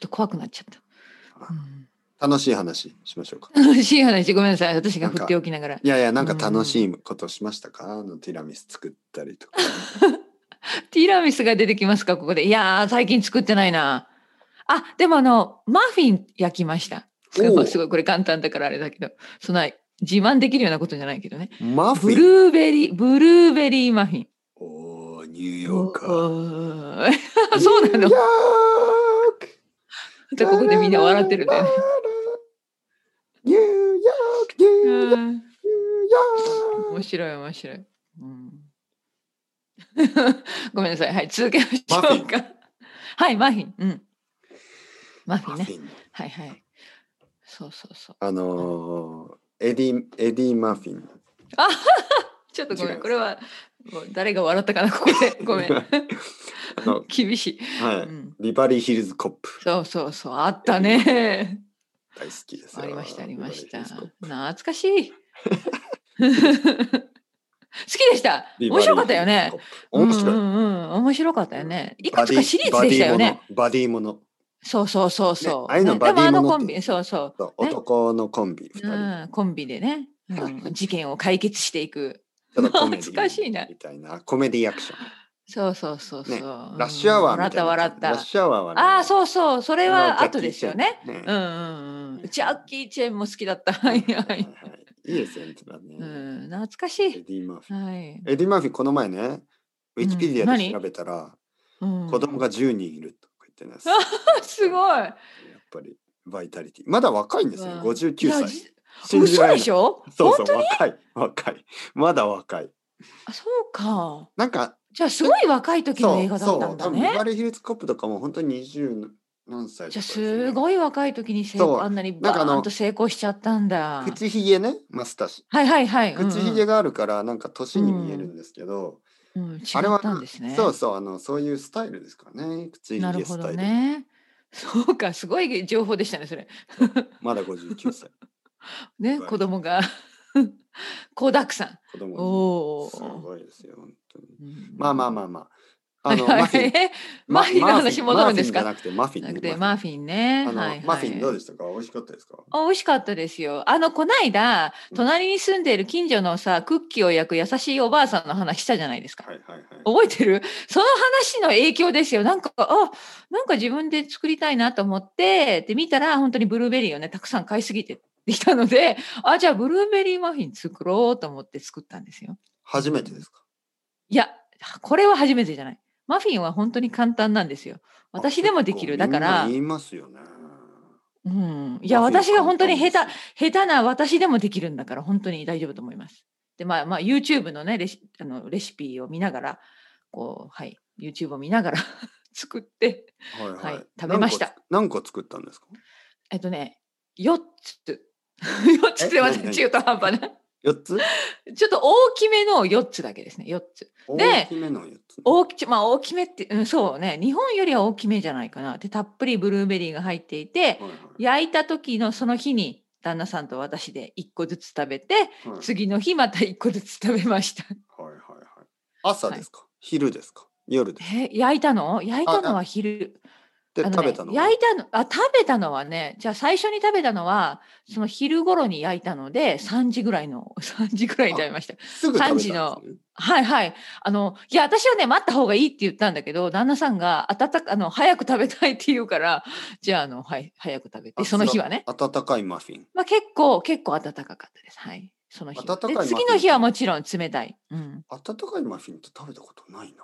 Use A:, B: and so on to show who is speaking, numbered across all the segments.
A: と怖くなっちゃった。うん
B: 楽しい話しましょうか。
A: 楽しい話ごめんなさい私が振っておきながら
B: いやいや、なんか楽しいことしましたか、あのティラミス作ったりとか。
A: ティラミスが出てきますかここでいやー最近作ってないなあでもあのマフィン焼きました
B: おー
A: まあすごいこれ簡単だからあれだけどそんな自慢できるようなことじゃないけどね
B: マフ
A: ブ
B: ィン。
A: ルーベリーブルーベリーマフィン
B: おーニューヨーカ
A: お
B: ー。
A: ー そうなの
B: ニューヨー
A: じゃあここでみんな笑ってるんだよね。
B: ニューヨーク、ニューヨーク、
A: うん
B: ニューヨーク。
A: 面白い面白い、うん ごめんなさいはい続けましょ
B: マフィ
A: うかはいマフィンうんマフィ
B: マ
A: ン
B: フ
A: ね
B: ィン。
A: はいはいそうそうそう
B: あのー、エディ、エディマフィン。
A: ちょっとごめ
B: 違うん
A: これはもう誰が笑ったかなここ でごめん
B: あの、
A: 厳しい、
B: は
A: う
B: い。
A: ん、
B: ビバリーヒルズコップ。
A: そうそうそうあったね
B: 大好きですよ。
A: ありましたありました
B: ビバリーヒルズコップ
A: 懐かし い好きでした面白かったよね。
B: ビバリーヒルズコップ面白い。
A: うんうんうん、面白かったよね。いく
B: バデ
A: つ
B: ィ
A: かシリーズでしたよね。。
B: バディもの。
A: そうそうそうそう。
B: ねああいうの
A: ね
B: バディ
A: でもあの
B: もの
A: コ
B: って
A: ンビ、そうそう。
B: バディものそう
A: ね
B: 男のコンビ二人。
A: うん、コンビでね、 うん、事件を解決していく。
B: ただコメディ
A: 懐かしいな
B: みたいなコメディアクション。
A: そうそうそうそう。
B: ねラッシュアワーみたいな。
A: 笑った
B: ラ
A: 笑
B: ッ
A: っ
B: シュアワーはね。
A: た。ああー、
B: う。
A: そうそう。それは後ですよね。
B: ね。
A: うんうんうん。ジャッキー・チェンも好きだった。はいはい。
B: いいですね。だね
A: うん、懐かし
B: エ
A: い。
B: ディ・マーフィー。
A: はい。
B: エディ・マーフィー、この前ね、ウィキペディアで
A: 何
B: 調べたら、
A: うん
B: 子供。が10人いるとか言ってます。
A: すごい。
B: やっぱり、バイタリティ。まだ若いんですよ、
A: うわいや
B: 59歳。
A: じ
B: 信じ
A: 嘘
B: られな
A: で
B: い
A: しょ
B: そう
A: 本
B: そう、
A: 当に
B: 若い、若い。まだ若い。
A: あそうか。
B: なんか、
A: じゃあすごい若い時の
B: そ
A: 映
B: う、
A: 画だ
B: そ
A: ったん
B: う、
A: だ
B: 多分ビ
A: ね
B: バ。リーヒルズコップとかも本当に20何歳とか
A: じゃあ
B: ですよね
A: すごい若い時に成
B: そう
A: あんなに
B: なん
A: バ
B: かあの
A: ーンと成功しちゃったんだ。
B: 口ひげね、マスタシ。
A: はいはいはい。
B: 口ひげがあるから、なんか年に見えるんですけど、
A: うんうん、うん違
B: あれは
A: ったんですね。
B: そうそう、あの、そういうスタイルですからね。口ひ
A: なる
B: げ
A: ほ
B: ス
A: ど
B: タイル。
A: ね。そうか、すごい情報でしたね、それ。
B: まだ59歳。
A: ね、
B: はい
A: 子供が。 子だくさん。
B: 子供に
A: お
B: す
A: お。
B: ごいですよ、本当に。
A: うん
B: まあまあまあまあ。
A: は
B: あ
A: い
B: の、
A: はい
B: マフィン。
A: えマフィンの話戻るんですか
B: マフィンじゃなくて、マ
A: な
B: フィン
A: く
B: ね。
A: てマフィンね。
B: あの、
A: はいはい、
B: マフィンどうでしたか美味しかったですか
A: あ美味しかったですよ。あの、こないだ、隣に住んでいる近所のさ、クッキーを焼く優しいおばあさんの話したじゃないですか。
B: はいはいはい。
A: 覚えてる その話の影響ですよ。なんか、あ、なんか自分で作りたいなと思って、で、見たら本当にブルーベリーをね、たくさん買いすぎて きたので、あ、じゃあブルーベリーマフィン作ろうと思って作ったんですよ。
B: 初めてですか
A: いや、これは初めてじゃない。マフィンは本当に簡単なんですよ。私でもできる。
B: あ結
A: だ
B: 構
A: から
B: みんな、言いますよね。
A: うん。いや、
B: マフィン
A: 私が本当に下
B: 簡
A: 手
B: 単で、
A: 下手な私でもできるんだから、本当に大丈夫と思います。で、まあ、まあ、YouTube のね、レシあのレシピを見ながら、こう、はい、YouTube を見ながら 作って、
B: すはいはい。
A: はい食べました
B: 何個つ。何個作ったんですか
A: えっとね、4つ。4つで
B: え
A: 私
B: 何
A: 中途半端な。
B: ?4 つ
A: ちょっと大きめの4つだけですね、4つ。
B: 大きめの4つ。
A: 大きちまあ大きめって、うん、そうね、日本よりは大きめじゃないかな。で、たっぷりブルーベリーが入っていて、
B: はいはい
A: 焼いた時のその日に、旦那さんと私で1個ずつ食べて、
B: はい
A: 次の日また1個ずつ食べました。
B: はいはいはい。朝ですか、昼ですか夜ですか
A: え焼いたの焼いた
B: ああ
A: のは昼
B: で
A: あのね
B: 食べたのは
A: 焼いたのあ食べたのはねじゃあ最初に食べたのはその昼頃に焼いたので3時ぐらいの 3時ぐらいに食べました
B: すぐ食べたんです、ね、
A: 3はいはいあのいや私はね待った方がいいって言ったんだけど旦那さんが温かあの早く食べたいって言うからじゃああの、はい、早く食べて
B: あ
A: その日はね、
B: 温かいマフィン。
A: まあ、結構結構暖かかったですはいその日は
B: 温かい
A: で
B: マフィン
A: 次の日はもちろん冷たい、うん、
B: 温かいマフィンって食べたことないな。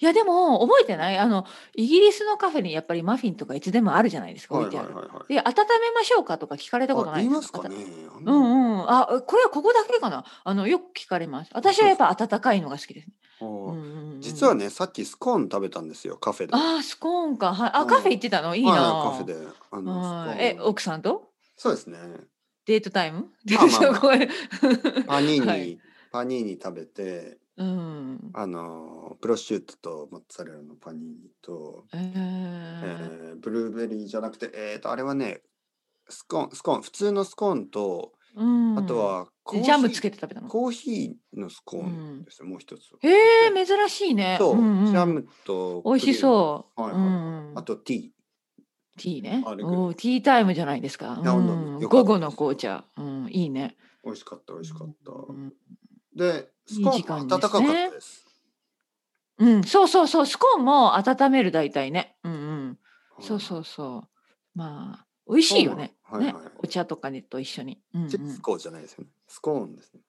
A: いやでも覚えてないあのイギリスのカフェにやっぱりマフィンとかいつでもあるじゃないですか
B: はい
A: 置
B: はいい
A: てあ
B: は
A: る
B: いはい。
A: で温めましょうかとか聞かれたこと
B: あ
A: ない
B: 言い
A: で
B: ますすかね。あ
A: あたうんうん。あ、これはここだけかな。あのよく聞かれます。私はやっぱ温かいのが好きです。
B: の
A: うんうんうん
B: 実は。ね、さっきスコーン食べたんですよ、カフェで。
A: あー、スコーンか。はい。
B: う
A: あ、
B: ん
A: カフェ行ってたの。いい
B: はい
A: な。
B: はいカフェで。あの
A: はい。
B: ス
A: え、
B: コーン
A: 奥さんと
B: そうですね。
A: デートタイム？デー
B: まあ
A: ト
B: まあ
A: タイムこれ。
B: パニーニ、
A: はい
B: パニーニ食べて、
A: うん。
B: あのプロシュートとモッツァレラのパニーニと、
A: え
B: え
A: ー
B: ーブルーベリーじゃなくて、えーとあれはね、スコーンスコーン普通のスコーンと、
A: うん
B: あとはコーヒー
A: ジャムつけて食べたの。
B: コーヒーのスコーンですよ、もう一つ。
A: へえ、珍しいね。
B: と、
A: うんうん
B: ジャムと。
A: 美味しそうう。
B: はいは
A: う
B: い
A: んうん
B: あとティー。
A: ティーね。
B: あれくらい
A: おーティータイムじゃないですか。
B: な
A: う
B: るほどよかっ
A: ん、
B: た
A: 午後の紅茶。うん、いいね。
B: 美味しかった美味しかった。
A: うん
B: でスコ
A: いい時
B: ー
A: 間
B: ンも
A: です
B: 暖
A: ね
B: かかったです。
A: うん、そうそうそう、スコーンも温める大体ね。うんうん。そう
B: う。
A: そうそう。まあ、美味しいよね。
B: そうな
A: ね
B: のはいはい
A: お茶とかねと一緒に。うん、うん。
B: チンスコーじゃないですよね。スコーンですね。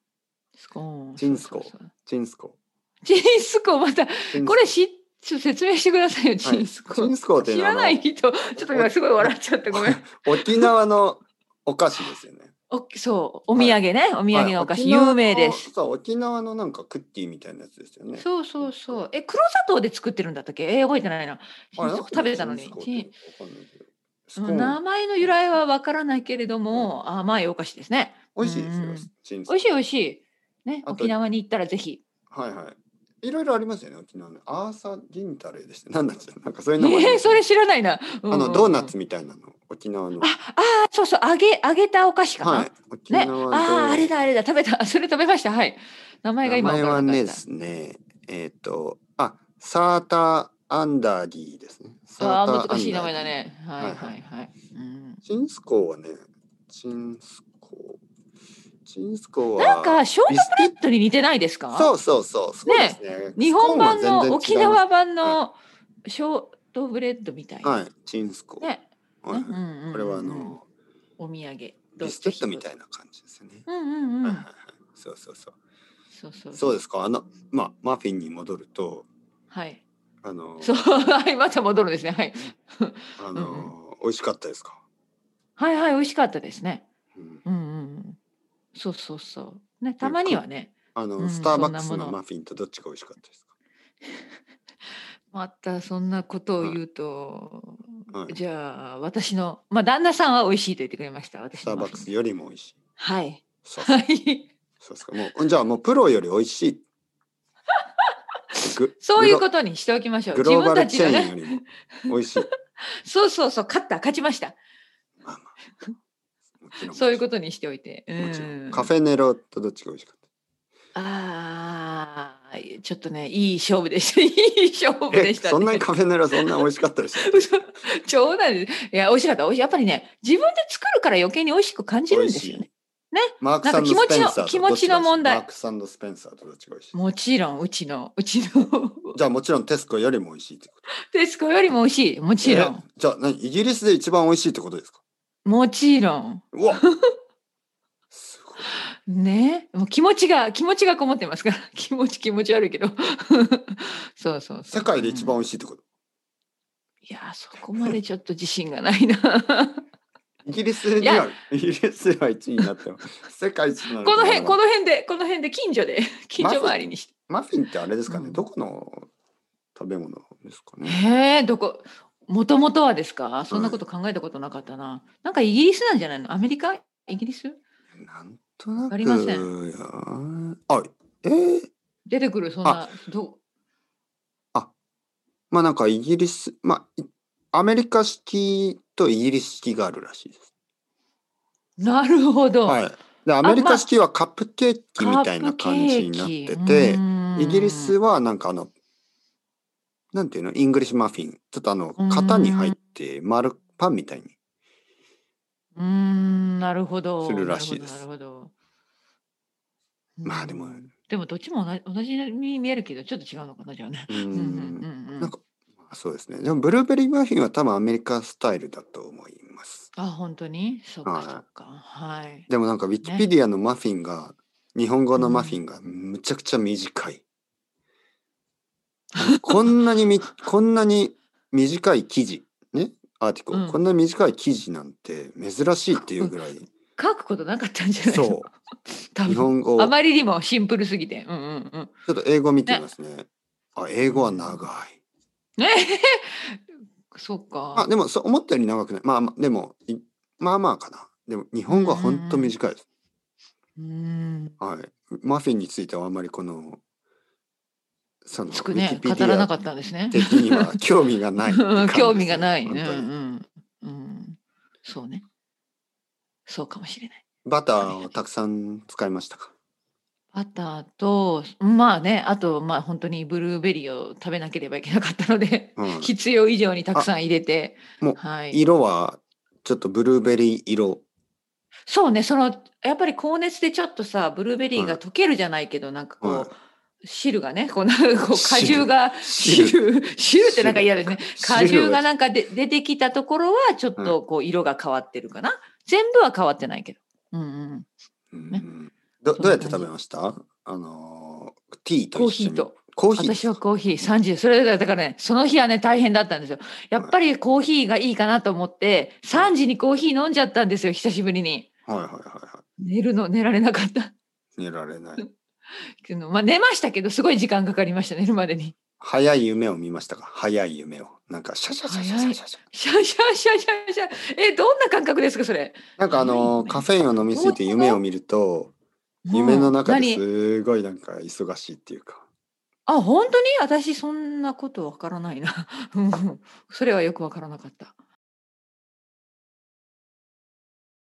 A: スコーン。
B: チンスコ
A: そうそうそう
B: チンスコ
A: チンスコーン、また、
B: ー。チンスコー
A: これし、ちょっと説明してくださいよ、チンスコ
B: チ
A: ーン。
B: ンスコーっていう
A: 知
B: のは
A: らない
B: あ
A: 人、ちょっと今すごい笑っちゃってごめん。
B: の 沖縄のお菓子ですよね。
A: おそう、お土産ね、お土産のお菓子、有名です。。
B: そう沖縄のなんかクッキーみたいなやつですよね。
A: そうそうそう。え、黒砂糖で作ってるんだったっけえー覚えてないな。
B: あれなんか
A: 食べたのに。
B: チンスコーっていうの
A: うん
B: わかんないけどス
A: 名前の由来はわからないけれども、甘いお菓子ですね。
B: コーン美味しいですよ
A: うん。
B: チンスコ
A: 美味
B: ーン
A: しい美味しい。ね、
B: あと
A: 沖縄に行ったらぜひ。
B: はいはい。いろいろありますよね、沖縄の。アーサ銀太郎でした。なんだっけなんかそうい
A: え
B: うのもありま
A: ー、
B: す
A: そ
B: ね、
A: れ知らないな。
B: あの、ドーナツ
A: うん。
B: みたいなの、沖縄の。
A: あ、あー、そうそう、揚げ、揚げたお菓子かな。
B: はい。沖
A: ね、
B: 縄
A: あ
B: ドー
A: あー、あれだ、あれだ、食べた、 それ食べました。はい。名前が
B: 名
A: 今わ
B: 前
A: から
B: は
A: なか
B: ね
A: っ
B: で
A: た。
B: すね、えっ、と、あ、サーターアンダーギーですね。
A: あ
B: サー
A: あ
B: ターアンダー
A: ー、難しい
B: ギー
A: 名前だ。ね。はいはい
B: は
A: はいい。うん
B: チンスコーはね、チンスコー。チンスコーは。
A: なんか、ショート
B: ビス
A: プレットに似てないですか
B: そうそうそう、そうですね。
A: 日本版
B: スコーンは
A: の
B: 全然違います
A: 沖縄版のショートブレッドみたいな。
B: はい、チンスコー。
A: ね。
B: はい
A: ねうんうんうん
B: これはあの、
A: お土産。
B: ビスケットみたいな感じですよね。
A: うんうんう
B: はい
A: ん
B: はい。はい。そうそうそう。
A: そうそう。
B: そうですか。あの、まあ、マフィンに戻ると、
A: はい。
B: あの、
A: そう、 はい、また戻るんですね。はい。
B: あ
A: うん
B: の、美味しかったですか。
A: はいはい、美味しかったですね。
B: うん
A: うんうんうん。そうそうそう。ね、たまにはね。
B: あの、
A: うん
B: スターバックス
A: そんな
B: の
A: もの
B: マフィンとどっちが美味しかったです
A: またそんなことを言うと、
B: か。はい。
A: じゃあ私のまあ旦那さんは美味しいと言ってくれました
B: ス
A: 私
B: タ
A: の
B: ー
A: マ
B: バ
A: フ
B: ッ
A: ィン
B: クスよりも美味しい。
A: はい
B: そう
A: はい
B: そうですか。もう、じゃあ、もうプロより美味しい。 ぐ
A: そういう
B: グ
A: ことにしておきましょう
B: ログ
A: 自
B: ローバ
A: 分た
B: ル
A: ち
B: チェ
A: が
B: ーンよ
A: ね
B: りも美味しい。
A: そうそうそう勝った勝ちました
B: まあまあもちろん
A: そういうことにしておいて
B: もちろん
A: うん
B: カフェネロとどっちが美味しかっ
A: ああちょっとねいい勝負でした いい勝負
B: た。え、
A: でした、ね、
B: そんな にカフェネロそんな美味しかったでしょ。
A: 嘘冗談ですいや美味しかった美味しいやっぱりね自分で作るから余計に美味しく感じるんですよね
B: マークさん
A: なんか気持ちの
B: スペンサーと
A: 気持ちの
B: どっが美
A: 問題
B: 味しいマークさんスペンサーとどっちが美味しい。
A: もちろんうちのうちの
B: じゃあもちろんテスコよりも美味しいってこと。
A: テスコよりも美味しいもちろん
B: えじゃあ何イギリスで一番美味しいってことですか。
A: もちろん
B: うわ。すごい。
A: ねもう気持ちが気持ちがこもってますから 気持ち気持ち悪いけど そうそうそう
B: 世界で一番
A: うん
B: 美味しいってこと。
A: いやーそこまでちょっと自信がないなこ
B: イギリス
A: い
B: に
A: や
B: はイギリスでは一位になっ ても世界一な
A: の辺こ
B: の
A: の辺でこの辺で近所で 近所周りにして、
B: マフィンってあれですかね、
A: うん
B: どこの食べ物ですかね。
A: へえどこもともとはですかそんなこと考えたことなかったな、なんかイギリスなんじゃないのアメリカイギリス
B: なんとなく
A: かりません
B: やあえー
A: 出てくるそんなど
B: まあなんかイギリスまあいアメリカ式とイギリス式があるらしいです。
A: なるほど、
B: はい。でアメリカ式はカップケーキみたいな感じになってて、イギリスはなんかあのなんていうのイングリッシュマフィンちょっとあの
A: うん
B: 型に入って丸パンみたいに
A: うーんなるほど。
B: するらしいです
A: なるほど。なるほど
B: まあでも
A: うんでもどっちも同じ同じに見えるけどちょっと違うのかなじゃあね。
B: う
A: うんんうんうんう
B: なん
A: ん。
B: かそうですね。でもブルーベリーマフィンは多分アメリカスタイルだと思います。
A: あ本当にそうか
B: はい
A: そうかはい。
B: でもなんかウィキペディアのマフィンが、日本語のマフィンがむちゃくちゃ短い。 こんなにみこんなに短い記事ねアーティコル、
A: うん
B: こんなに短い記事なんて珍しいっていうぐらい、
A: 書くことなかったんじゃないの
B: そ
A: 多
B: う
A: 分
B: 日本語を
A: あまりにもシンプルすぎて。うんうんうん。
B: ちょっと英語見てみますね。あ英語は長い。
A: ねそっか。
B: あでもそう思ったより長くない。まあまあでもいまあまあかな。でも日本語は本当短いです。
A: うーん。
B: はい。マフィンについてはあんまりこの、その、
A: つく
B: ウィキ
A: ね
B: ペ
A: 語
B: デ
A: ら
B: ィ
A: な
B: ア
A: かったんですね。
B: 的には興味がないって感じです ね。
A: 興味がない。うん
B: 本
A: う
B: 当に
A: んうん。そうね。そうかもしれない。
B: バターをたくさん使いましたか。
A: バターと、まあね、あと、まあ本当にブルーベリーを食べなければいけなかったので、
B: うん
A: 必要以上にたくさん入れて
B: あもう、
A: はい。
B: 色はちょっとブルーベリー色。
A: そうね、その、やっぱり高熱でちょっとさ、ブルーベリーが溶けるじゃないけど、なんかこう、
B: はい
A: 汁がね、こう、なんかこう果汁
B: 汁
A: が、
B: 汁
A: 汁、汁ってなんか嫌ですね。 果汁が
B: な
A: なんかで出てきたところは、ちょっとこう、色が変わってるかな。全部は変わってないけど。うんうん。そ
B: ど
A: ん
B: どう
A: な
B: や
A: 感
B: って
A: じ
B: 食べましたあのーティーと
A: コー
B: 一
A: ヒ
B: 緒
A: ー
B: に
A: と。
B: コーヒー
A: 私はコーヒー30それだからねその日はね大変だったんですよやっぱりコーヒーがいいかなと思って3時にコーヒー飲んじゃったんですよ久しぶりに
B: はいはいはいは
A: 寝るの寝られなかった
B: い寝られない
A: けどまあ寝ましたけどすごい時間かかりました寝るまでに
B: 早い夢を見ましたか早い夢をなんかシャシャシャシャシャシャシ
A: シャシ
B: ャ
A: ャシャシャシャえどんな感覚ですかそれ
B: なんかあのーカフェインを飲みすぎて夢を見ると夢の中で
A: 何
B: すごいなんか忙しいっていうか
A: あ本当に私そんなことわからないなうんそれはよくわからなかった